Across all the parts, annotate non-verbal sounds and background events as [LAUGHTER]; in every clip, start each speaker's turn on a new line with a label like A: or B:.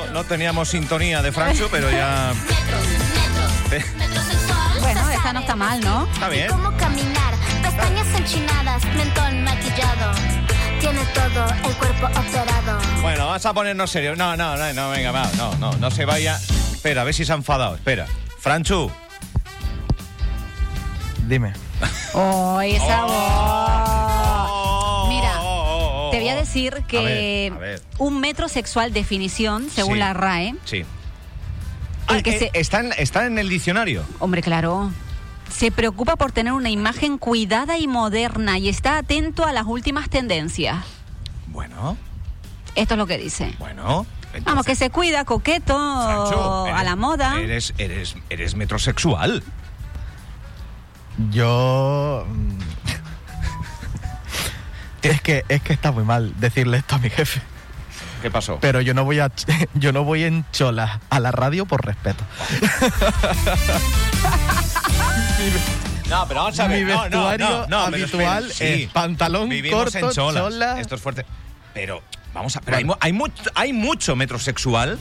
A: Pues no teníamos sintonía de Francho, pero
B: [LAUGHS]
A: ya
B: Bueno, esta no está mal, ¿no?
A: está bien.
C: Cómo caminar, pestañas enchinadas, mentón maquillado. Tiene todo el cuerpo operado.
A: Bueno, vas a ponernos serio. No, no, no, no, venga, va, no, no, no se vaya. Espera, a ver si se ha enfadado. Espera. Franchu.
D: Dime.
B: ¡Oh, esa voz!
A: Oh,
B: Mira,
A: oh, oh,
B: Te voy a
A: oh.
B: decir que
A: A ver, a ver.
B: un metro sexual definición, según
A: Sí.
B: la RAE.
A: Sí.
B: El
A: Ah,
B: que
A: eh,
B: se-
A: está, en, está en el diccionario.
B: Hombre, claro. Se preocupa por tener una imagen cuidada y moderna y está atento a las últimas tendencias.
A: Bueno,
B: Esto es lo que dice.
A: bueno.
B: Vamos, que
A: entonces,
B: se cuida, coqueto,
A: Franchu,
B: a la
A: eres-
B: moda.
A: Eres, eres, eres metrosexual.
D: Yo. mm, [LAUGHS] Es que, es que está muy mal decirle esto a mi jefe.
A: ¿Qué pasó?
D: Pero yo no voy a [LAUGHS] yo no voy en cholas a la radio por respeto.
A: No, pero vamos a ver.
D: Mi
A: no, no,
D: vestuario
A: no, no, pero
D: habitual
A: espera,
D: es pantalón
A: Vivimos
D: corto,
A: en cholas.
D: chola.
A: Esto es fuerte. Pero, vamos a pero
D: Bueno.
A: hay, mu- hay, mucho, hay mucho metrosexual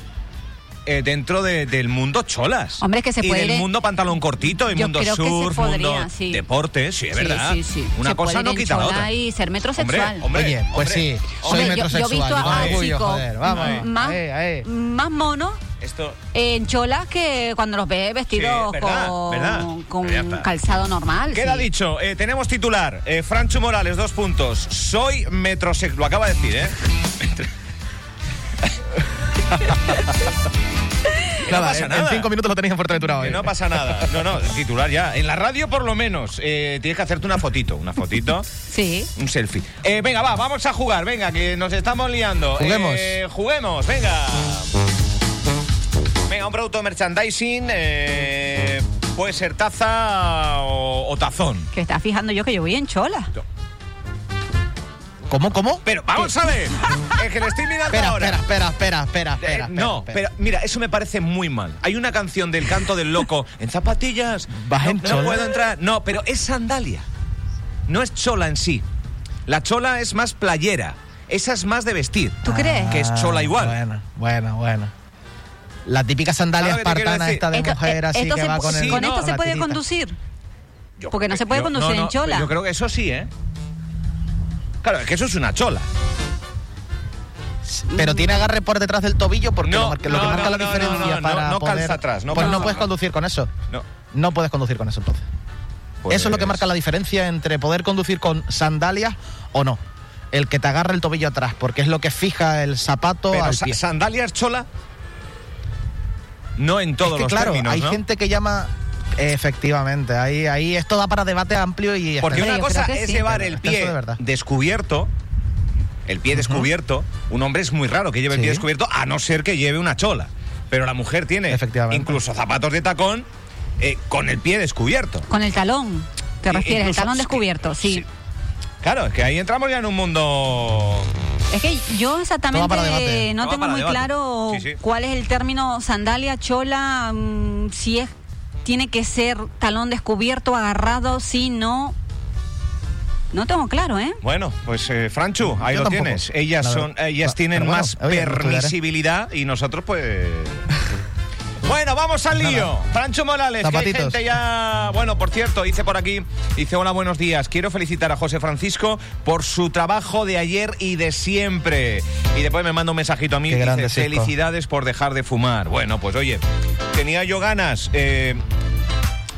A: eh, dentro de- del mundo cholas.
B: Hombre, es que se puede
A: Y
B: ir
A: del
B: en-
A: mundo pantalón cortito, y
B: Yo
A: mundo
B: creo que se
A: surf,
B: podría,
A: mundo
B: sí.
A: deporte, sí, es
B: Sí,
A: verdad.
B: sí, sí.
A: Una
B: Se
A: cosa
B: puede
A: no
B: ir en
A: quita la
B: chola
A: otra.
B: y ser
A: Hombre,
B: metrosexual.
A: hombre,
D: Oye,
A: hombre.
D: pues sí, soy
B: Hombre, yo, yo he
D: metrosexual.
B: visto a, a
D: vamos,
B: chicos
D: joder, vamos.
A: eh,
D: eh,
B: m- más,
D: Ahí, ahí.
B: más monos
A: Esto,
B: en cholas que cuando los ve vestidos
A: Sí, verdad,
B: con,
A: verdad.
B: con
A: Pero ya está.
B: calzado normal.
A: Queda
B: sí.
A: dicho, eh, tenemos titular. eh, Franchu Morales, dos puntos. Soy metrosexual. Lo acaba de decir, ¿eh? Que no
D: Nada,
A: pasa
D: en-
A: nada.
D: En cinco minutos lo tenéis en Fuerteventura hoy.
A: Que no pasa nada. No, no, titular ya. En la radio, por lo menos, eh, tienes que hacerte una fotito. Una fotito,
B: Sí.
A: un selfie. Eh, venga, va, vamos a jugar. Venga, que nos estamos liando.
D: Juguemos.
A: Eh, juguemos, venga. Venga, un producto de merchandising. eh, puede ser taza o- o tazón.
B: Que está fijando yo que yo voy en chola.
D: ¿Cómo, cómo?
A: Pero vamos a ver. Es que le estoy mirando
D: Espera,
A: ahora.
D: espera, espera, espera, espera,
A: Eh,
D: espera.
A: no,
D: espera.
A: pero mira, eso me parece muy mal. Hay una canción del canto del loco en zapatillas.
D: ¿Vas
A: no,
D: en
A: no
D: chola?
A: puedo entrar. No, pero es sandalia. No es chola en sí. La chola es más playera. Esa es más de vestir.
B: ¿Tú crees?
A: que es chola igual.
D: Ah, Bueno, bueno, bueno. La típica
A: ¿Sabes
D: sandalia
A: lo que te quiero
D: espartana
A: decir?
D: esta de
B: Esto-
D: mujer
B: eh,
D: así
B: esto
D: que
B: se
D: va
B: pu-
D: con el...
B: con esto
D: la
B: se puede
D: tirita.
B: conducir.
A: Yo-
B: Porque no se puede conducir en chola.
A: Yo creo que eso sí, ¿eh? Claro, es que eso es una chola.
D: Pero tiene agarre por detrás del tobillo porque
A: No,
D: lo, mar- lo
A: no,
D: que marca
A: no,
D: la
A: no,
D: diferencia
A: no, no,
D: para
A: no calza
D: poder-
A: atrás, no
D: pues
A: calza
D: no puedes
A: atrás.
D: conducir con eso.
A: No,
D: No puedes conducir con eso entonces.
A: pues-
D: Eso es lo que marca la diferencia entre poder conducir con sandalias o no. El que te agarre el tobillo atrás, porque es lo que fija el zapato
A: Pero
D: al
A: sa-
D: pie.
A: sandalia es chola. No en todos
D: Es que,
A: los
D: claro,
A: términos,
D: hay
A: ¿no?
D: gente que llama... Efectivamente, ahí, ahí esto da para debate amplio y...
A: Porque
B: Hombre,
A: una
B: yo creo
A: cosa
B: que
A: es
B: sí.
A: llevar
D: Pero
A: el
D: descanso
A: pie
D: de verdad.
A: descubierto, el pie descubierto. Un hombre es muy raro que lleve el pie
D: Sí.
A: descubierto, a no ser que lleve una chola. Pero la mujer tiene
D: Efectivamente.
A: incluso zapatos de tacón eh, con el pie descubierto.
B: Con el talón. ¿Te
A: Eh,
B: refieres?
A: incluso-
B: el talón descubierto, sí.
A: Claro, es que ahí entramos ya en un mundo.
B: Es que yo
D: Todo va para
B: exactamente eh,
D: debate.
B: no
A: Todo va
B: tengo
A: para
B: muy
A: debate.
B: claro
A: Sí, sí.
B: cuál es el término sandalia, chola, mm, si es tiene que ser talón descubierto, agarrado, si no. No tengo claro, ¿eh?
A: Bueno, pues eh, Franchu, ahí
D: Yo
A: lo
D: tampoco,
A: tienes. Ellas
D: la
A: son,
D: verdad.
A: ellas
D: Pa-
A: tienen
D: pero bueno,
A: más
D: oye, lo estudiaré.
A: permisibilidad y nosotros pues. [LAUGHS] Bueno, vamos al lío. Francho Morales, que hay
D: Zapatitos.
A: gente ya. Bueno, por cierto, dice por aquí, dice hola, buenos días. Quiero felicitar a José Francisco por su trabajo de ayer y de siempre. Y después me manda un mensajito a mí
D: Qué
A: y dice
D: grande, Cisco.
A: felicidades por dejar de fumar. Bueno, pues oye, tenía yo ganas. eh,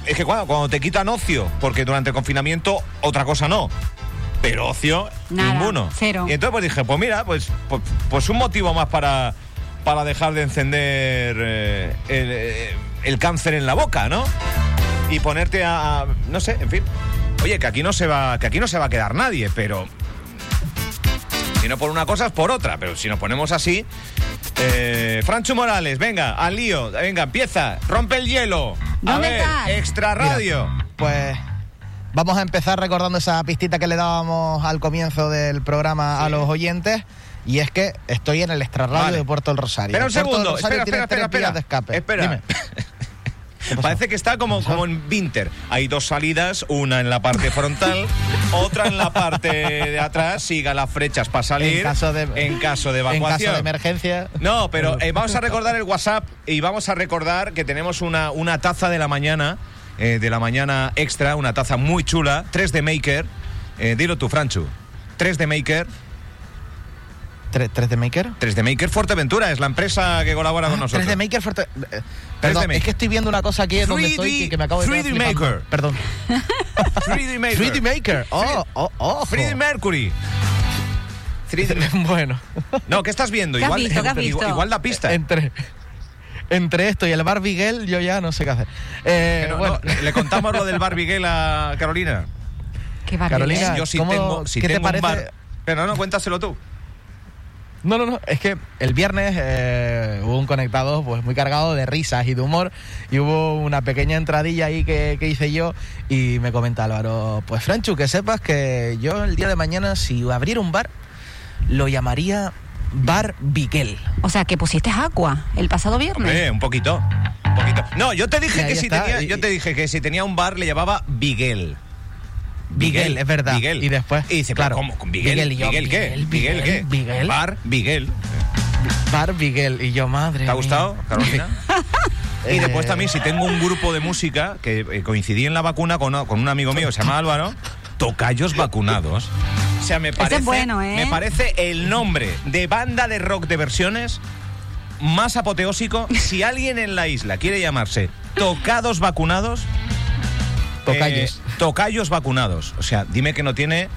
A: es que cuando, cuando te quitan ocio, porque durante el confinamiento otra cosa no. Pero ocio,
B: Nada,
A: ninguno.
B: cero.
A: Y entonces pues dije, pues mira, pues, pues, pues un motivo más para, para dejar de encender eh, el, eh, el cáncer en la boca, ¿no? Y ponerte a, a- no sé, en fin. Oye, que aquí no se va, que aquí no se va a quedar nadie, pero si no por una cosa es por otra, pero si nos ponemos así, eh, Franchu Morales, venga, al lío, venga, empieza, rompe el hielo. a
B: ¿Dónde
A: ver,
B: estás?
A: Extra radio.
D: Pues vamos a empezar recordando esa pistita que le dábamos al comienzo del programa a los oyentes. Y es que estoy en el extrarradio
A: Vale.
D: de Puerto del Rosario.
A: Espera un
D: Puerto del
A: segundo,
D: Rosario
A: espera,
D: tiene
A: espera,
D: tres
A: espera,
D: vías
A: espera. [LAUGHS]
D: de escape.
A: Espera.
D: Dime.
A: Parece que está como, como en Winter. Hay dos salidas, una en la parte
D: [LAUGHS]
A: frontal, otra en la parte de atrás. Siga las flechas para salir.
D: En caso de-
A: en caso de
D: En
A: evacuación.
D: caso de emergencia.
A: No,
D: [LAUGHS]
A: pero eh, vamos a recordar el WhatsApp y vamos a recordar que tenemos una, una taza de la mañana, eh, de la mañana extra, una taza muy chula, 3 de Maker. Eh, dilo tú, Franchu. 3 de Maker.
D: ¿Tres, tres de Maker?
A: 3 de Maker Fuerteventura es la empresa que colabora con nosotros.
D: 3D Maker Forte- eh, Perdón,
A: Maker.
D: es que estoy viendo una cosa aquí en donde
A: 3D
D: estoy que- que me acabo de
A: 3D
D: quedar flipando.
A: Maker.
D: Perdón.
A: 3D Maker.
D: 3D Maker. Oh, oh, oh.
A: 3D Mercury. [LAUGHS] 3D
D: [LAUGHS] Bueno,
A: No, ¿qué estás viendo?
B: ¿Qué has
A: igual,
B: visto? ¿Qué has
A: igual-
B: visto?
A: igual da pista.
D: entre, entre esto y el Barbie Girl yo ya no sé qué hacer. Eh,
A: Que no-
D: bueno,
A: no, le contamos lo del Barbiguel a Carolina. Eh,
B: Qué barbaridad.
D: Carolina,
A: Yo sí
D: ¿cómo-
A: tengo, si
D: qué te
A: tengo un
D: parece?
A: bar- Pero no, cuéntaselo tú.
D: No, no, no. Es que el viernes eh, hubo un conectado pues, muy cargado de risas y de humor. Y hubo una pequeña entradilla ahí que, que hice yo. Y me comenta Álvaro: Pues, Franchu, que sepas que yo el día de mañana, si abriera un bar, lo llamaría Bar Biquel.
B: O sea, que pusiste agua el pasado viernes.
A: Hombre, un poquito. Un poquito. No, yo te dije
D: Ahí
A: que si
D: está,
A: tenía,
D: y-
A: yo te dije que si tenía un bar le llamaba Biguel.
D: Biguel, es verdad.
A: Biguel.
D: Y después,
A: Y dice,
D: claro,
A: claro, ¿cómo? ¿Con Biguel?
D: Biguel y yo,
A: ¿Biguel qué?
D: Biguel,
A: ¿Biguel qué?
D: Biguel, Biguel.
A: Bar Biguel.
D: Bar Biquel. Y yo, madre.
A: ¿Te ha
D: mía.
A: gustado,
B: [LAUGHS]
A: Carolina? Y
B: Eh.
A: después también, si tengo un grupo de música que eh, coincidí en la vacuna con, con un amigo mío, se llama Álvaro, Tocayos Vacunados. O sea, me
B: es
A: parece,
B: bueno, ¿eh?
A: me parece el nombre de banda de rock de versiones más apoteósico. Si alguien en la isla quiere llamarse Tocados Vacunados.
D: Tocayos.
A: eh, tocayos Vacunados. O sea, dime que no tiene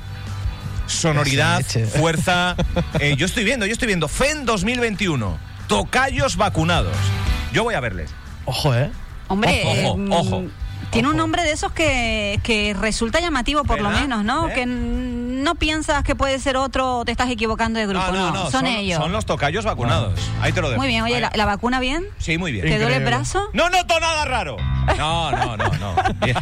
A: sonoridad,
D: Esa leche. [LAUGHS]
A: fuerza. Eh, yo estoy viendo, yo estoy viendo. FEN 2021. Tocayos Vacunados. Yo voy a verles.
D: Ojo, ¿eh?
B: Hombre,
A: Ojo,
B: eh,
A: ojo,
B: tiene un
A: ojo.
B: nombre de esos que, que resulta llamativo por lo
A: ¿Verdad?
B: menos, ¿no?
A: ¿Eh?
B: Que n- no piensas que puede ser otro o te estás equivocando de grupo, no, son, ellos.
A: Son los tocayos vacunados. Ahí te lo dejo.
B: Muy bien, oye,
A: Ahí.
B: ¿la, la vacuna bien?
A: Sí, muy bien.
B: ¿Te duele el
D: Increíble.
B: brazo?
A: No noto nada raro.
B: [LAUGHS]
A: No, no, no, no. Bien.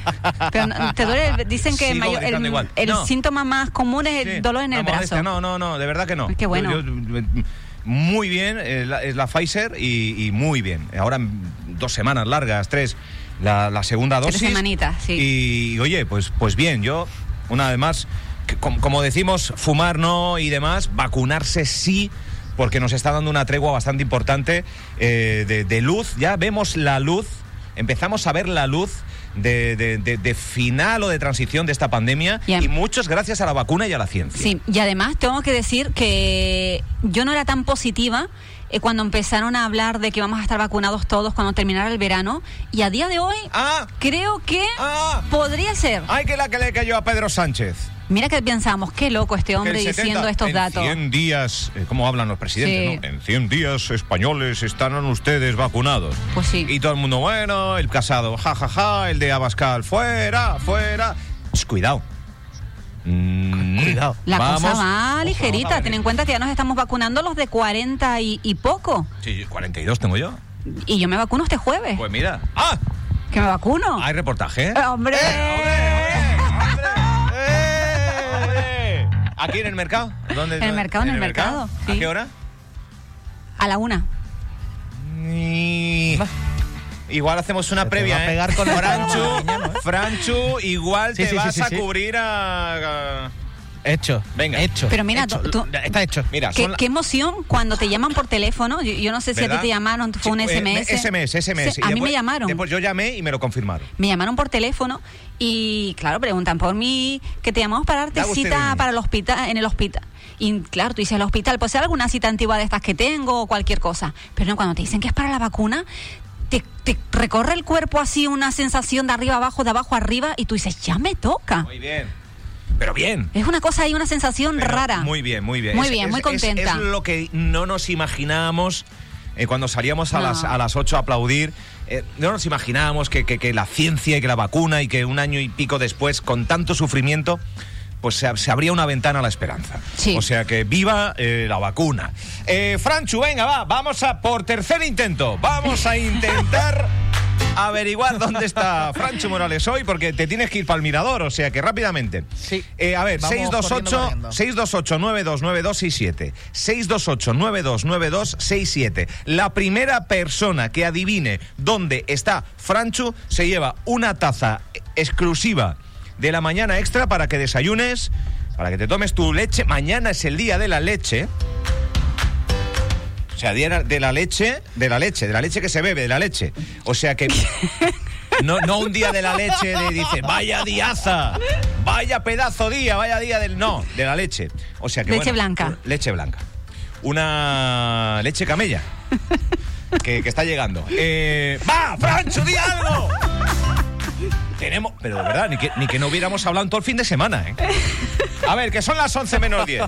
B: Pero
A: [LAUGHS]
B: no- ¿Te duele? el- Dicen que
A: Sigo
B: mayor- el,
A: gritando igual.
B: el
A: No.
B: síntoma más común es el
A: Sí,
B: dolor en el
A: la molestia.
B: brazo.
A: este, No, no, no, de verdad que no.
B: Ay, qué bueno.
A: Yo- yo- muy bien, es la, es la Pfizer y, y muy bien. Ahora mm, dos semanas largas, tres, la, la segunda
B: Tres
A: dosis.
B: semanitas, sí.
A: Y, oye, pues, pues bien, yo, una vez más, que com- como decimos, fumar no y demás, vacunarse sí. Porque nos está dando una tregua bastante importante eh, de, de luz. Ya vemos la luz, empezamos a ver la luz de, de- de- de final o de transición de esta pandemia.
B: Bien.
A: Y muchos gracias a la vacuna y a la ciencia.
B: Sí, y además tengo que decir que yo no era tan positiva eh, cuando empezaron a hablar de que vamos a estar vacunados todos cuando terminara el verano. Y a día de hoy
A: ¡Ah!
B: creo que
A: ¡Ah!
B: podría ser.
A: ¡Ay, que la que le cayó a Pedro Sánchez!
B: Mira que pensamos, qué loco este hombre
A: Que el 70
B: diciendo estos
A: en
B: datos.
A: 100 días, eh, ¿cómo hablan los presidentes?
B: Sí.
A: no? En 100 días españoles estarán ustedes vacunados.
B: Pues sí.
A: Y todo el mundo, bueno, el casado, jajaja, el de Abascal, fuera, fuera. Ch, cuidado. Mm,
D: Cuidado.
B: La
A: vamos-
B: cosa va
A: vamos a
B: ligerita,
A: ver.
B: ten en cuenta que ya nos estamos vacunando los de 40 y, y poco.
A: Sí, 42 tengo yo.
B: Y yo me vacuno este jueves.
A: Pues mira. ¡Ah!
B: ¿Que me vacuno?
A: ¿Hay reportaje?
B: Eh, ¡Hombre!
A: ¡Hombre! ¿Aquí en el mercado? ¿Dónde,
B: En el
A: dónde?
B: mercado, en el mercado,
A: ¿A
B: sí.
A: qué hora?
B: A la una.
A: Ni- Igual hacemos una
D: Se te
A: previa,
D: va a
A: ¿eh?
D: pegar con el programa mañana,
A: Franchu, Franchu, igual
D: Sí,
A: te
D: sí, sí,
A: vas
D: sí,
A: a
D: sí.
A: cubrir a... a-
D: Hecho.
A: Venga.
D: Hecho.
B: Pero mira,
D: hecho.
B: tú- tú-
D: Está hecho.
A: Mira,
B: Qué,
A: son la-
B: qué emoción cuando te llaman por teléfono. Yo, yo no sé si a
A: ¿verdad?
B: ti te llamaron, fue un
A: Sí, eh,
B: SMS.
A: SMS, SMS.
B: Sí,
A: Y
B: a mí
A: después-
B: me llamaron.
A: Después yo llamé y me lo confirmaron.
B: Me llamaron por teléfono y, claro, preguntan por mí, que te llamamos para darte
A: Da usted
B: cita
A: bien.
B: para el hospital, en el hospital. Y, claro, tú dices el hospital, pues sea alguna cita antigua de estas que tengo o cualquier cosa. Pero no, cuando te dicen que es para la vacuna, te, te recorre el cuerpo así una sensación de arriba abajo, de abajo arriba, y tú dices, ya me toca.
A: Muy bien. Pero bien.
B: Es una cosa ahí, una sensación
A: Pero
B: rara.
A: Muy bien, muy bien.
B: Muy
A: Es-
B: bien,
A: es-
B: muy
A: es-
B: contenta.
A: Es, lo que no nos imaginábamos eh, cuando salíamos a,
B: No.
A: las, a las 8 a aplaudir. Eh, no nos imaginábamos que, que- que la ciencia y que la vacuna y que un año y pico después, con tanto sufrimiento, pues se, ab- se abría una ventana a la esperanza.
B: Sí.
A: O sea que viva eh, la vacuna.
B: [LAUGHS]
A: Eh, Franchu, venga, va, vamos a por tercer intento. Vamos a intentar averiguar dónde está Francho Morales hoy, porque te tienes que ir para el mirador, o sea que rápidamente.
D: Sí.
A: Eh, a ver,
D: Vamos
A: 628
D: corriendo,
A: 628 929 628 929 La primera persona que adivine dónde está Franchu se lleva una taza exclusiva de la mañana extra para que desayunes, para que te tomes tu leche. Mañana es el día de la leche. O sea, día de la leche, de la leche, de la leche que se bebe, de la leche. O sea que. No, no un día de la leche de dices, vaya diaza, vaya pedazo día, vaya día del. No, de la leche. O sea que.
B: Leche
A: bueno,
B: blanca.
A: Leche blanca. Una leche camella. Que, que está llegando. Eh, ¡Va, Francho, di algo! Tenemos. Pero de verdad, ni que, ni que no hubiéramos hablado en todo el fin de semana, ¿eh?
D: [LAUGHS]
A: A ver, que son las 11 menos 10.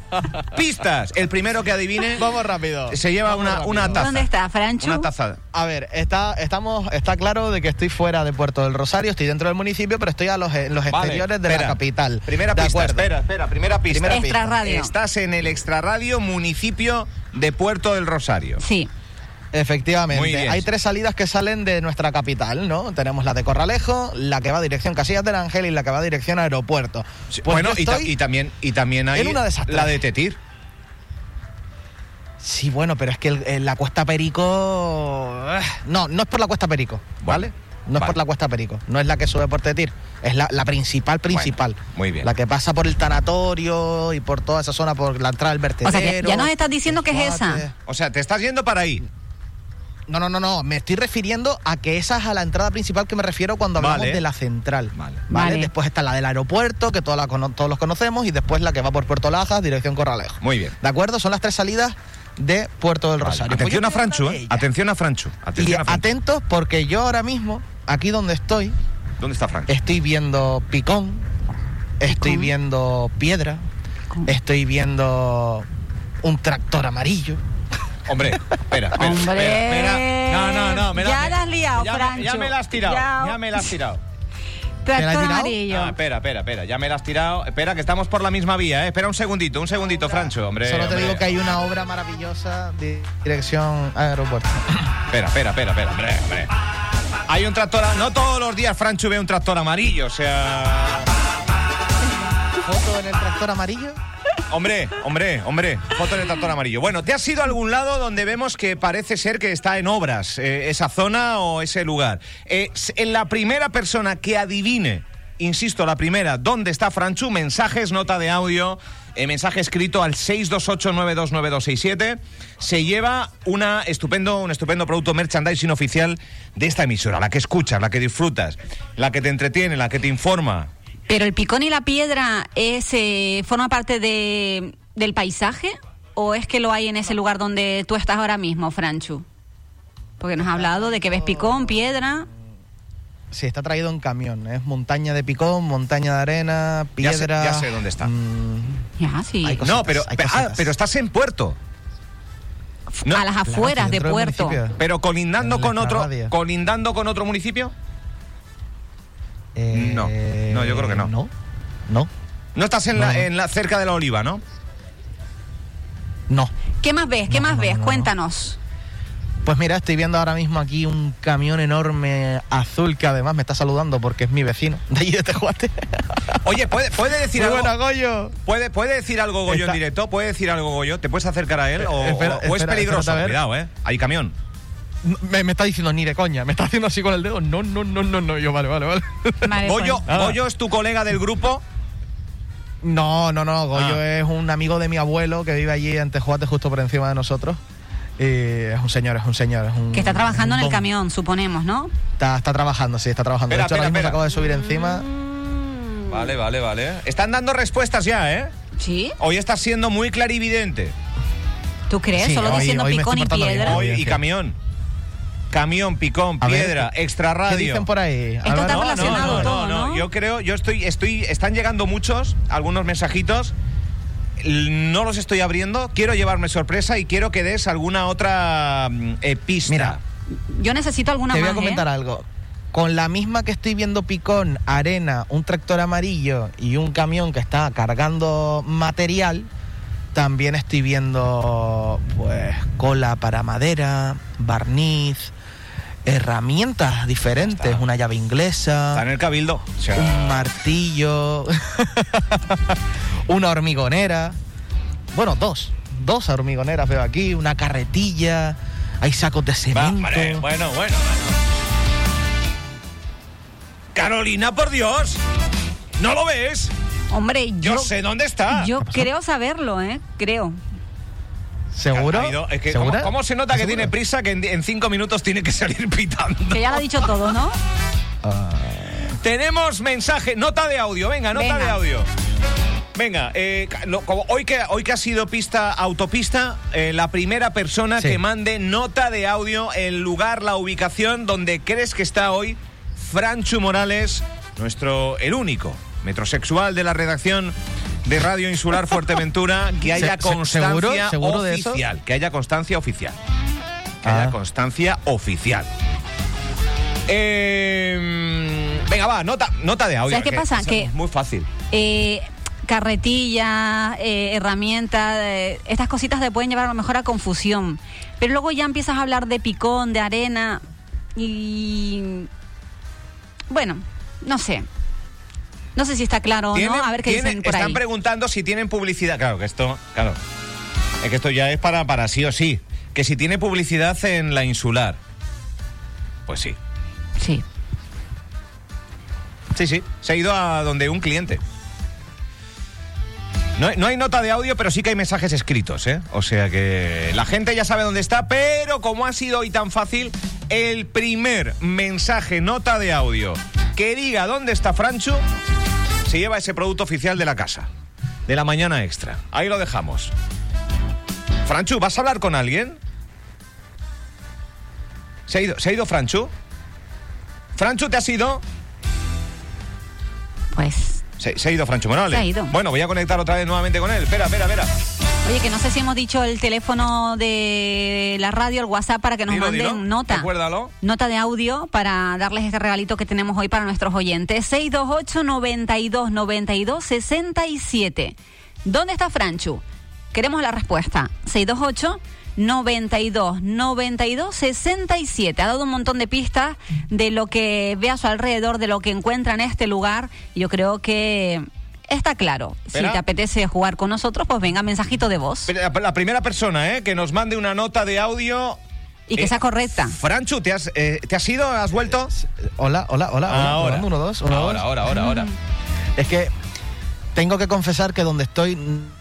A: Pistas. El primero que adivine.
D: Vamos rápido.
A: Se lleva
D: Vamos
A: una,
D: rápido.
A: una taza.
B: ¿Dónde está, Franchu?
A: Una taza.
D: A ver, está, estamos, está claro de que estoy fuera de Puerto del Rosario, estoy dentro del municipio, pero estoy a los, en los
A: Vale,
D: exteriores de
A: espera.
D: la capital.
A: Primera
D: de
A: pista,
D: acuerdo.
A: espera, espera, primera pista.
D: Primera
B: Extra pista. radio.
A: Estás en el extrarradio municipio de Puerto del Rosario.
B: Sí.
A: Muy
D: Efectivamente.
A: bien.
D: Hay tres salidas que salen de nuestra capital, ¿no? Tenemos la de Corralejo, la que va dirección Casillas del Ángel y la que va dirección aeropuerto.
A: Sí,
D: Pues
A: bueno,
D: yo
A: y, ta-
D: estoy-
A: y también, y también hay
D: en una de esas tres.
A: la de Tetir.
D: Sí, bueno, pero es que el- el- la Cuesta Perico... eh, No, no es por la Cuesta Perico, ¿vale? No es
A: Vale.
D: por la Cuesta Perico, no es la que sube por Tetir, es la, la principal, principal.
A: muy bien.
D: La que pasa por el tanatorio y por toda esa zona, por la entrada del vertedero.
B: O sea, que ya nos estás diciendo que es
D: Escuate.
B: esa.
A: O sea, te estás yendo para ahí.
D: No, no, no, no, me estoy refiriendo a que esa es a la entrada principal que me refiero cuando hablamos
A: Vale.
D: de la central.
A: Vale.
B: Vale.
D: Después está la del aeropuerto, que todas la cono- todos los conocemos, y después la que va por Puerto Lajas, dirección Corralejo.
A: Muy bien.
D: ¿De acuerdo? Son las tres salidas de Puerto del
A: Vale.
D: Rosario. Pues
A: Atención
D: yo
A: a
D: estoy en
A: Franchu,
D: una de
A: ¿eh?
D: ellas.
A: Atención a Franchu.
D: Y
A: Atención a Franchu.
D: atentos porque yo ahora mismo, aquí donde estoy,
A: ¿Dónde está Franchu?
D: estoy viendo Picón, estoy
B: Picón.
D: viendo Piedra,
B: Picón.
D: estoy viendo un tractor amarillo.
A: Hombre, espera, espera,
B: Hombre.
A: espera, espera. No, no, no. me
B: Ya
A: me-
B: la has liado,
A: ya me-
B: Franchu.
A: Ya me la has tirado.
B: Ya.
A: Ya me la has tirado.
D: la he
B: Tractor
D: tirado?
B: amarillo.
A: Ah, espera, espera, espera. Ya me la has tirado. Espera, que estamos por la misma vía, ¿eh? Espera un segundito, un segundito, Francho. Hombre,
D: Solo te
A: hombre.
D: digo que hay una obra maravillosa de dirección
B: [LAUGHS]
D: aeropuerto.
A: Espera, espera, espera, espera, hombre, hombre. Hay un tractor, a- no todos los días Franchu ve un tractor amarillo, o sea,
D: Foto en el tractor amarillo.
A: hombre, hombre, hombre, foto del tractor amarillo. Bueno, ¿te has ido a algún lado donde vemos que parece ser que está en obras eh, esa zona o ese lugar? Eh, s- en la primera persona que adivine, insisto, la primera, dónde está Franchu, mensajes, nota de audio, eh, mensaje escrito al 628929267, se lleva una estupendo, un estupendo producto merchandising oficial de esta emisora, la que escuchas, la que disfrutas, la que te entretiene, la que te informa.
B: Pero el picón y la piedra es, eh, forma parte de, del paisaje o es que lo hay en ese lugar donde tú estás ahora mismo, Franchu? Porque nos has hablado de que ves picón, piedra.
D: Sí, está traído en camión. Es montaña de picón, montaña de arena,
A: Ya sé-
D: piedra.
A: ya sé dónde está.
D: mm,
B: Ya, sí.
D: Hay
A: no,
D: cositas,
A: pero,
D: hay
A: pe- ah,
D: cositas.
A: pero estás en puerto. No,
B: a las
D: sí,
B: afueras de
D: dentro del
B: Puerto.
D: municipio.
A: Pero colindando
D: En
A: con
D: la
A: otro,
D: radio.
A: colindando con otro municipio.
D: eh,
A: No, no, yo creo que no.
D: No, eh, no,
A: No estás en la,
D: No.
A: en la cerca de la oliva, ¿no?
D: no.
B: ¿Qué más ves? ¿Qué
D: No,
B: más
D: no,
B: ves?
D: no, no. [LAUGHS]
B: Cuéntanos.
D: Pues mira, estoy viendo ahora mismo aquí un camión enorme azul que además me está saludando porque es mi vecino de allí
A: [LAUGHS]
D: de Tejuate.
A: Oye, puede, puede decir
D: Muy
A: algo.
D: buena, Goyo.
A: Puede, puede decir algo Goyo
D: Está- Eh,
A: en directo, puede decir algo Goyo, te puedes acercar a él o,
D: Espera,
A: o- o es
D: espera,
A: peligroso,
D: espérate, a ver.
A: cuidado, eh. Hay camión.
D: Me, me está diciendo ni de coña, me está haciendo así con el dedo. No, no, no, no, no. Yo, vale, vale, vale. [LAUGHS]
B: Vale,
A: Goyo,
B: pues.
D: Ah.
A: Goyo es tu colega del grupo.
D: No, no, no. Goyo
A: Ah.
D: es un amigo de mi abuelo que vive allí en Tejuate, justo por encima de nosotros. Y es un señor, es un señor. Es un,
B: Que está trabajando
D: es
B: en
D: un
B: el
D: don.
B: camión, suponemos, ¿no?
D: Está, está trabajando, sí, está trabajando.
A: Espera,
D: de hecho, ahora mismo
A: espera,
D: se acaba de subir encima.
A: Vale, vale, vale. Están dando respuestas ya, eh.
B: ¿Sí?
A: Hoy estás siendo muy clarividente.
B: ¿Tú crees?
D: Sí,
B: Solo
D: hoy-
B: diciendo
D: hoy me
B: picón y
D: estoy portando bien.
B: piedra.
D: Muy
A: Hoy
D: bien,
A: y
D: sí.
A: camión. Camión, picón,
D: A ver,
A: piedra,
D: ¿qué-
A: extra
D: ¿Qué
A: radio.
D: dicen por ahí?
B: Esto está
D: Álvaro?
B: relacionado
A: no,
B: todo,
A: no,
B: ¿no?
A: Yo creo, yo estoy, estoy, están llegando muchos, algunos mensajitos. L- No los estoy abriendo. Quiero llevarme sorpresa y quiero que des alguna otra mm, eh, pista.
D: Mira,
B: Yo necesito alguna
D: Te voy
B: más.
D: a comentar
B: ¿eh?
D: algo. Con la misma que estoy viendo picón, arena, un tractor amarillo y un camión que está cargando material, también estoy viendo pues cola para madera, barniz, herramientas diferentes, una llave
A: Está
D: inglesa,
A: en el cabildo. O sea,
D: un martillo, [LAUGHS] una hormigonera. Bueno, dos. Dos hormigoneras veo aquí, una carretilla, hay sacos de
A: va,
D: cemento.
A: vale, bueno, bueno, bueno. Carolina, por Dios. ¿No lo ves?
B: Hombre,
A: Yo,
B: yo,
A: sé dónde está.
D: [LAUGHS]
B: yo creo saberlo, ¿eh? Creo.
D: ¿Seguro?
A: Ha habido- es que, ¿cómo,
D: ¿Segura?
A: cómo se nota que
D: ¿Seguro?
A: tiene prisa que en, en cinco minutos tiene que salir pitando?
B: Que ya lo ha dicho todo, ¿no?
D: Ah,
A: Tenemos mensaje, nota de audio, venga, nota
B: Venga.
A: de audio. Venga, eh, ca- lo- como hoy, que, hoy que ha sido pista autopista, eh, la primera persona
D: Sí.
A: que mande nota de audio, el lugar, la ubicación donde crees que está hoy Franchu Morales, nuestro, el único metrosexual de la redacción de Radio Insular
D: [LAUGHS]
A: Fuerteventura, que
D: Se-
A: haya
D: se-
A: constancia
D: ¿seguro? ¿Seguro de eso?
A: oficial. Que haya constancia oficial. Que
D: Ah.
A: haya constancia oficial. Eh, venga, va, nota, nota de audio.
B: ¿Sabes qué
A: que
B: pasa?
A: es
B: Que-
A: Muy fácil.
B: Eh, carretilla, eh, herramientas, eh, estas cositas te pueden llevar a lo mejor a confusión. Pero luego ya empiezas a hablar de picón, de arena y... Bueno, no sé. No sé si está claro o no.
A: Tienen-
B: A ver qué
A: tienen-
B: dicen por
A: están
B: ahí.
A: preguntando si tienen publicidad. Claro, que esto, claro. Es que esto ya es para, para sí o sí. Que si tiene publicidad en la insular. Pues sí.
B: Sí.
A: Sí, sí. Se ha ido a donde un cliente. No, hay- no hay nota de audio, pero sí que hay mensajes escritos, ¿eh? O sea que la gente ya sabe dónde está, pero como ha sido hoy tan fácil, el primer mensaje, nota de audio, que diga dónde está Franchu, se lleva ese producto oficial de la casa, de la mañana extra. Ahí lo dejamos. Franchu, ¿vas a hablar con alguien? ¿Se ha ido, ¿se ha ido Franchu? ¿Franchu te has ido?
B: Pues...
A: Se, se ha ido Francho Morales.
B: Se ha ido.
A: Bueno, voy a conectar otra vez nuevamente con él. Espera, espera, espera.
B: Oye, que no sé si hemos dicho el teléfono de la radio, el WhatsApp, para que nos
A: Dilo,
B: manden
A: dilo.
B: nota.
A: Recuérdalo.
B: Nota de audio para darles este regalito que tenemos hoy para nuestros oyentes. 628 92 92 67. ¿Dónde está Franchu? Queremos la respuesta. 628 92 92 67. Ha dado un montón de pistas de lo que ve a su alrededor, de lo que encuentra en este lugar. Yo creo que está claro.
A: Espera.
B: Si te apetece jugar con nosotros, pues venga, mensajito de voz.
A: Espera, La primera persona, ¿eh? Que nos mande una nota de audio.
B: y que
A: Eh,
B: sea correcta.
A: Franchu, ¿te has, eh, ¿te has ido? ¿Has vuelto?
D: Hola, hola, hola. hola.
A: ahora.
D: Probando, Uno, dos, uno,
A: ahora,
D: dos.
A: ahora, ahora, ahora.
B: Mm.
D: Es que tengo que confesar que donde estoy n-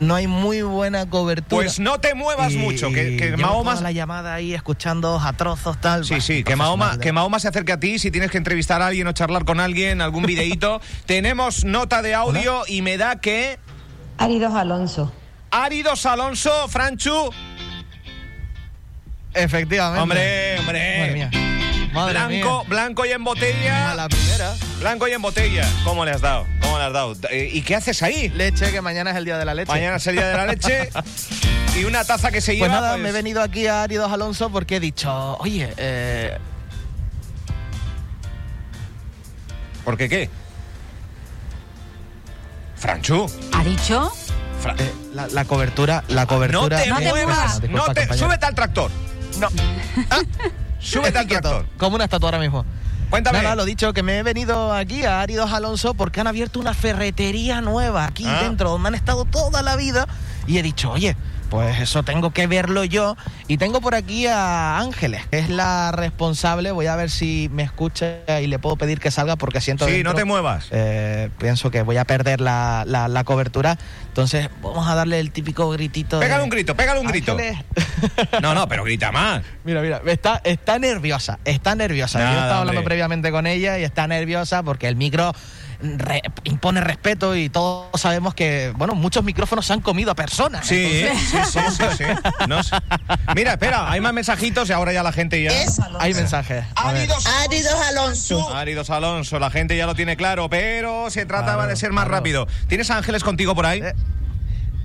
D: no hay muy buena cobertura.
A: Pues no te muevas
D: Y-
A: mucho, que,
D: y
A: que
D: llevo toda
A: Mahoma...
D: la llamada ahí escuchando a trozos, tal.
A: Sí,
D: Bah,
A: sí,
D: un
A: que Mahoma,
D: profesional de-
A: que Mahoma se acerque a ti si tienes que entrevistar a alguien o charlar con alguien, algún
D: [LAUGHS]
A: videíto. Tenemos nota de audio y me da que...
E: Áridos Alonso.
A: Áridos Alonso, Franchu...
D: Efectivamente.
A: Hombre, hombre.
D: Madre mía. Madre
A: blanco,
D: mía.
A: blanco y en
D: A
A: botella.
D: la primera.
A: Blanco y en botella. ¿Cómo le has dado? ¿Cómo le has dado? Eh, ¿Y qué haces ahí?
D: Leche, que mañana es el día de la leche.
A: Mañana es el día de la
D: [LAUGHS]
A: leche y una taza que se
D: Pues
A: lleva.
D: nada,
A: pues,
D: me he venido aquí a Áridos Alonso porque he dicho, oye, eh,
A: ¿Por qué qué? Franchu.
B: ¿Ha dicho?
A: Fra-
D: eh, la, la cobertura, la
A: Ah, no
D: cobertura.
A: te
B: No te
A: muevas.
B: muevas.
D: Disculpa,
A: no te-
D: compañero.
A: súbete al tractor. Ah,
D: [LAUGHS] No.
A: Súbete al
D: Estoy quieto,
A: tractor.
D: Como una estatua ahora mismo.
A: Cuéntame.
D: Nada, lo dicho, que me he venido aquí a Áridos Alonso porque han abierto una ferretería nueva aquí
A: Ah.
D: dentro, donde han estado toda la vida. Y he dicho, oye, pues eso tengo que verlo yo. Y tengo por aquí a Ángeles, que es la responsable. Voy a ver si me escucha y le puedo pedir que salga porque siento.
A: Sí,
D: dentro,
A: no te muevas.
D: eh, pienso que voy a perder la, la- la cobertura. Entonces, vamos a darle el típico gritito.
A: Pégale
D: de-
A: un grito, pégale un grito.
D: eh. Ángeles. [LAUGHS]
A: No, no, pero grita más.
D: Mira, mira, está, está nerviosa, está nerviosa.
A: Nada,
D: Yo estaba hablando
A: hombre.
D: previamente con ella y está nerviosa porque el micro re- impone respeto y todos sabemos que, bueno, muchos micrófonos se han comido a personas.
A: Sí, sí, sí, sí, sí. No sé. Mira, espera, hay más mensajitos y ahora ya la gente ya.
D: Hay mensajes. A ver.
E: Áridos Alonso.
A: Áridos Alonso, la gente ya lo tiene claro, pero se trataba
D: Claro,
A: de ser más
D: claro.
A: rápido. ¿Tienes a Ángeles contigo por ahí?
D: Eh,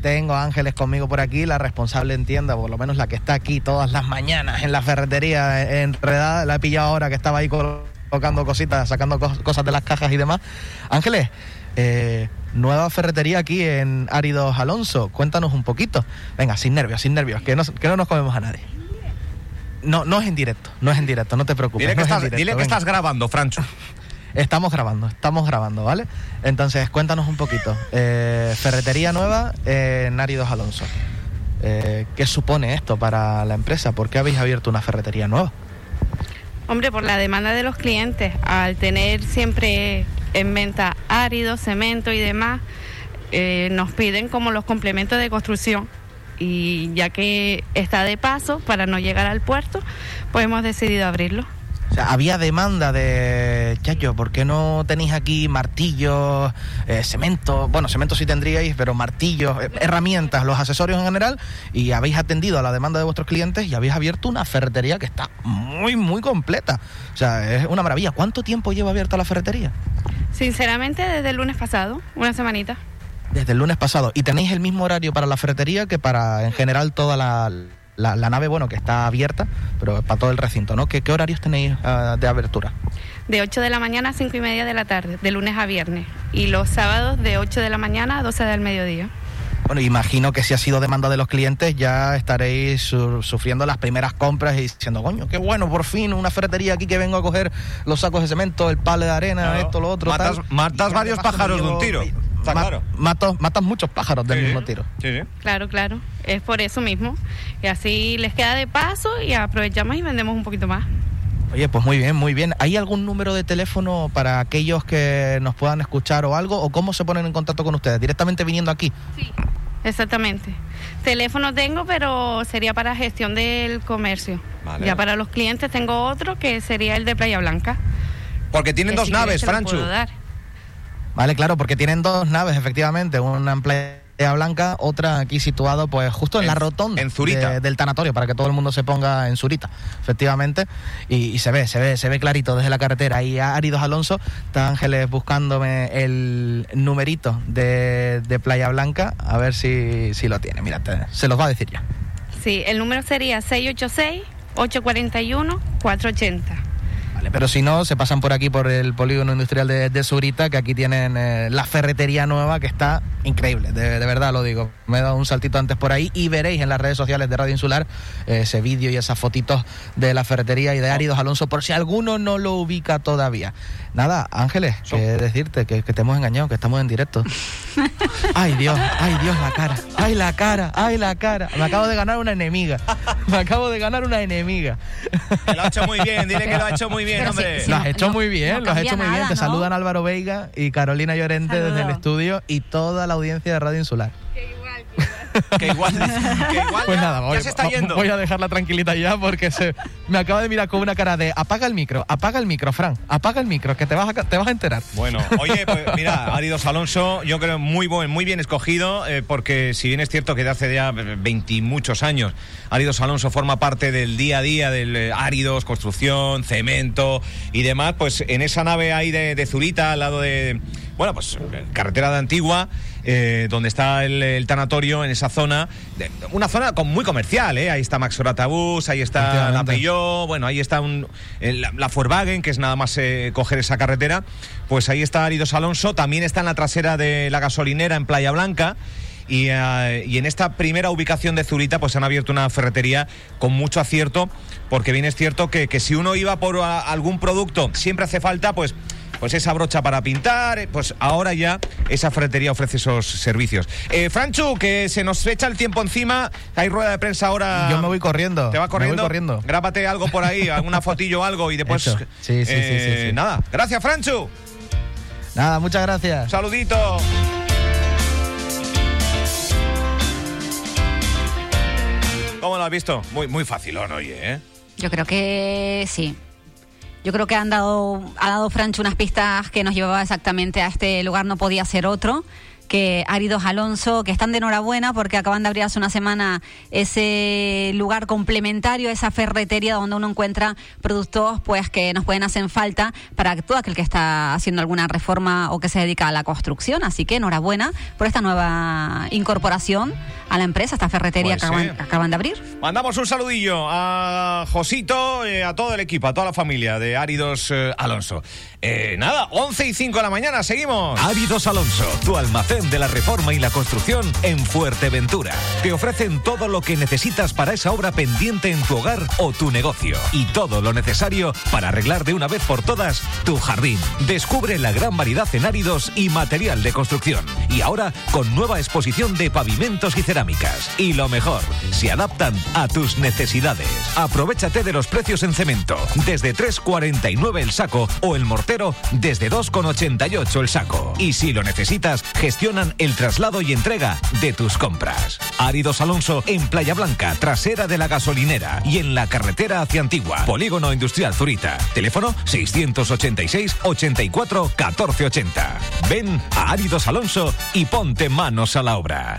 D: Tengo a Ángeles conmigo por aquí, la responsable en tienda, por lo menos la que está aquí todas las mañanas en la ferretería eh, enredada. La he pillado ahora que estaba ahí colocando cositas, sacando cos- cosas de las cajas y demás. Ángeles, eh, nueva ferretería aquí en Áridos Alonso. Cuéntanos un poquito. Venga, sin nervios, sin nervios, que no, que no nos comemos a nadie. No, no es en directo, no es en directo, no te preocupes.
A: Dile que,
D: no es en
A: estás,
D: [LAUGHS] directo,
A: dile que
D: venga.
A: estás grabando, Francho.
D: Estamos grabando, estamos grabando, ¿vale? Entonces, cuéntanos un poquito. Eh, ferretería nueva, eh, Naridos Alonso. Eh, ¿Qué supone esto para la empresa? ¿Por qué habéis abierto una ferretería nueva?
F: Hombre, por la demanda de los clientes, al tener siempre en venta árido, cemento y demás, eh, nos piden como los complementos de construcción. Y ya que está de paso, para no llegar al puerto, pues hemos decidido abrirlo.
D: O sea, había demanda de, chacho, ¿por qué no tenéis aquí martillos, eh, cemento? Bueno, cemento sí tendríais, pero martillos, eh, herramientas, los accesorios en general, y habéis atendido a la demanda de vuestros clientes y habéis abierto una ferretería que está muy, muy completa. O sea, es una maravilla. ¿Cuánto tiempo lleva abierta la ferretería?
F: Sinceramente, desde el lunes pasado, una semanita.
D: Desde el lunes pasado. ¿Y tenéis el mismo horario para la ferretería que para, en general, toda la, la- la nave, bueno, que está abierta, pero para todo el recinto, ¿no? ¿Qué, qué horarios tenéis ah, de abertura?
F: De 8 de la mañana a 5 y media de la tarde, de lunes a viernes. Y los sábados de 8 de la mañana a 12 del mediodía.
D: Bueno, imagino que si ha sido demanda de los clientes, ya estaréis su- sufriendo las primeras compras y diciendo, coño, qué bueno, por fin, una ferretería aquí que vengo a coger los sacos de cemento, el palo de arena,
A: Claro.
D: esto, lo otro.
A: Matas-
D: tal".
A: matas
D: Y
A: varios
D: además que me
A: pájaros de un tiro. Está
D: ma-
A: claro.
D: mato- matas muchos pájaros del
A: Sí,
D: mismo tiro.
A: Sí, sí.
F: Claro, claro, es por eso mismo. Y así les queda de paso y aprovechamos y vendemos un poquito más.
D: Oye, pues muy bien, muy bien. ¿Hay algún número de teléfono para aquellos que nos puedan escuchar o algo? ¿O cómo se ponen en contacto con ustedes? ¿Directamente viniendo aquí?
F: Exactamente. Teléfono tengo, pero sería para gestión del comercio.
A: Vale.
F: Ya para los clientes tengo otro que sería el de Playa Blanca.
A: Porque tienen
F: que
A: dos
F: si quieres
A: naves,
F: te lo
A: Franchu.
F: puedo dar.
D: Vale, claro, porque tienen dos naves, efectivamente, una en Playa Blanca, otra aquí situado, pues justo en,
A: En-
D: la rotonda
A: en Zurita.
D: de- del tanatorio, para que todo el mundo se ponga en Zurita, efectivamente. Y, y se ve, se ve, se ve clarito desde la carretera. Ahí Áridos Alonso, está Ángeles buscándome el numerito de, de Playa Blanca, a ver si, si lo tiene. Mira, te- se los va a decir ya.
F: Sí, el número sería 686-841-480.
D: Vale, pero si no, se pasan por aquí, por el polígono industrial de, de Zurita, que aquí tienen eh, la ferretería nueva, que está increíble, de, de verdad lo digo. Me he dado un saltito antes por ahí y veréis en las redes sociales de Radio Insular eh, ese vídeo y esas fotitos de la ferretería y de Áridos Alonso, por si alguno no lo ubica todavía. Nada, Ángeles,
A: Son-
D: que decirte que, que te hemos engañado, que estamos en directo. Ay Dios, ay Dios, la cara, ay la cara, ay la cara. Me acabo de ganar una enemiga, me acabo de ganar una enemiga.
A: Que Lo ha hecho muy bien, dile que lo ha hecho
F: [LAUGHS]
A: muy bien,
B: Pero
A: hombre.
B: sí,
D: Lo
B: sí.
D: has hecho
B: no-
D: muy
B: no
D: bien, lo has
B: cambia
D: hecho muy bien.
B: nada,
D: Te
B: ¿no?
D: saludan Álvaro Veiga y Carolina Llorente desde el
F: Saludos.
D: estudio y toda la audiencia de Radio Insular.
A: Que igual, que igual
D: Pues
A: ya,
D: nada,
A: ya
D: voy,
A: se está
D: va-
A: yendo.
D: voy a dejarla tranquilita ya porque se me acaba de mirar con una cara de apaga el micro, apaga el micro, Fran, apaga el micro, que te vas a, ca- te vas a enterar.
A: Bueno, oye, pues mira, Áridos Alonso, yo creo muy buen, muy bien escogido, eh, porque si bien es cierto que de hace ya 20 y muchos años, Áridos Alonso forma parte del día a día del eh, Áridos, construcción, cemento y demás, pues en esa nave ahí de, de Zurita, al lado de, bueno, pues eh, carretera de Antigua, eh, donde está el, el tanatorio, en esa zona, de- una zona con- muy comercial, ¿eh? ahí está Max Oratabús, ahí está la
D: Efectivamente.
A: Peugeot, yo, bueno, ahí está un, el- la, la Volkswagen, que es nada más eh, coger esa carretera. Pues ahí está Aridos Alonso, también está en la trasera de la gasolinera en Playa Blanca. Y, eh, y en esta primera ubicación de Zurita, pues han abierto una ferretería con mucho acierto, porque bien es cierto que, que si uno iba por a- algún producto, siempre hace falta, pues. Pues esa brocha para pintar, eh, pues ahora ya esa ferretería ofrece esos servicios. Eh, Franchu, que se nos echa el tiempo encima, hay rueda de prensa ahora.
D: Yo me voy corriendo.
A: Ah, Te va
D: me voy
A: corriendo.
D: corriendo.
A: Grábate algo por ahí, alguna fotillo o algo y después.
D: Hecho. Sí, sí, sí,
A: eh,
D: sí, sí.
A: Nada. Gracias, Franchu.
D: Nada, muchas gracias.
A: Un saludito. ¿Cómo lo has visto? Muy, muy facilón, oye, ¿eh?
B: Yo creo que sí. Yo creo que han dado, ha dado Francho unas pistas que nos llevaba exactamente a este lugar, no podía ser otro. Que Áridos Alonso, que están de enhorabuena porque acaban de abrir hace una semana ese lugar complementario, esa ferretería donde uno encuentra productos pues que nos pueden hacer falta para todo aquel que está haciendo alguna reforma o que se dedica a la construcción. Así que enhorabuena por esta nueva incorporación a la empresa, esta ferretería
A: Pues
B: que acaban-
A: sí.
B: que acaban de abrir.
A: Mandamos un saludillo a Josito, eh, a todo el equipo, a toda la familia de Áridos eh, Alonso.
G: Eh, nada, 11 y 5 de la mañana, seguimos.
A: Áridos Alonso, tu almacén de la reforma y la construcción en Fuerteventura. Te ofrecen todo lo que necesitas para esa obra pendiente en tu hogar o tu negocio y todo lo necesario para arreglar de una vez por todas tu jardín. Descubre la gran variedad en áridos y material de construcción y ahora con nueva exposición de pavimentos y cerámicas. Y lo mejor, se adaptan a tus necesidades. Aprovechate de los precios en cemento, desde 3,49 el saco o el mortero desde 2,88 el saco. Y si lo necesitas, gestionan el traslado y entrega de tus compras. Áridos Alonso en Playa Blanca, trasera de la gasolinera y en la carretera hacia Antigua, Polígono Industrial Zurita. Teléfono 686 84 1480. Ven a Áridos Alonso y ponte manos a la obra.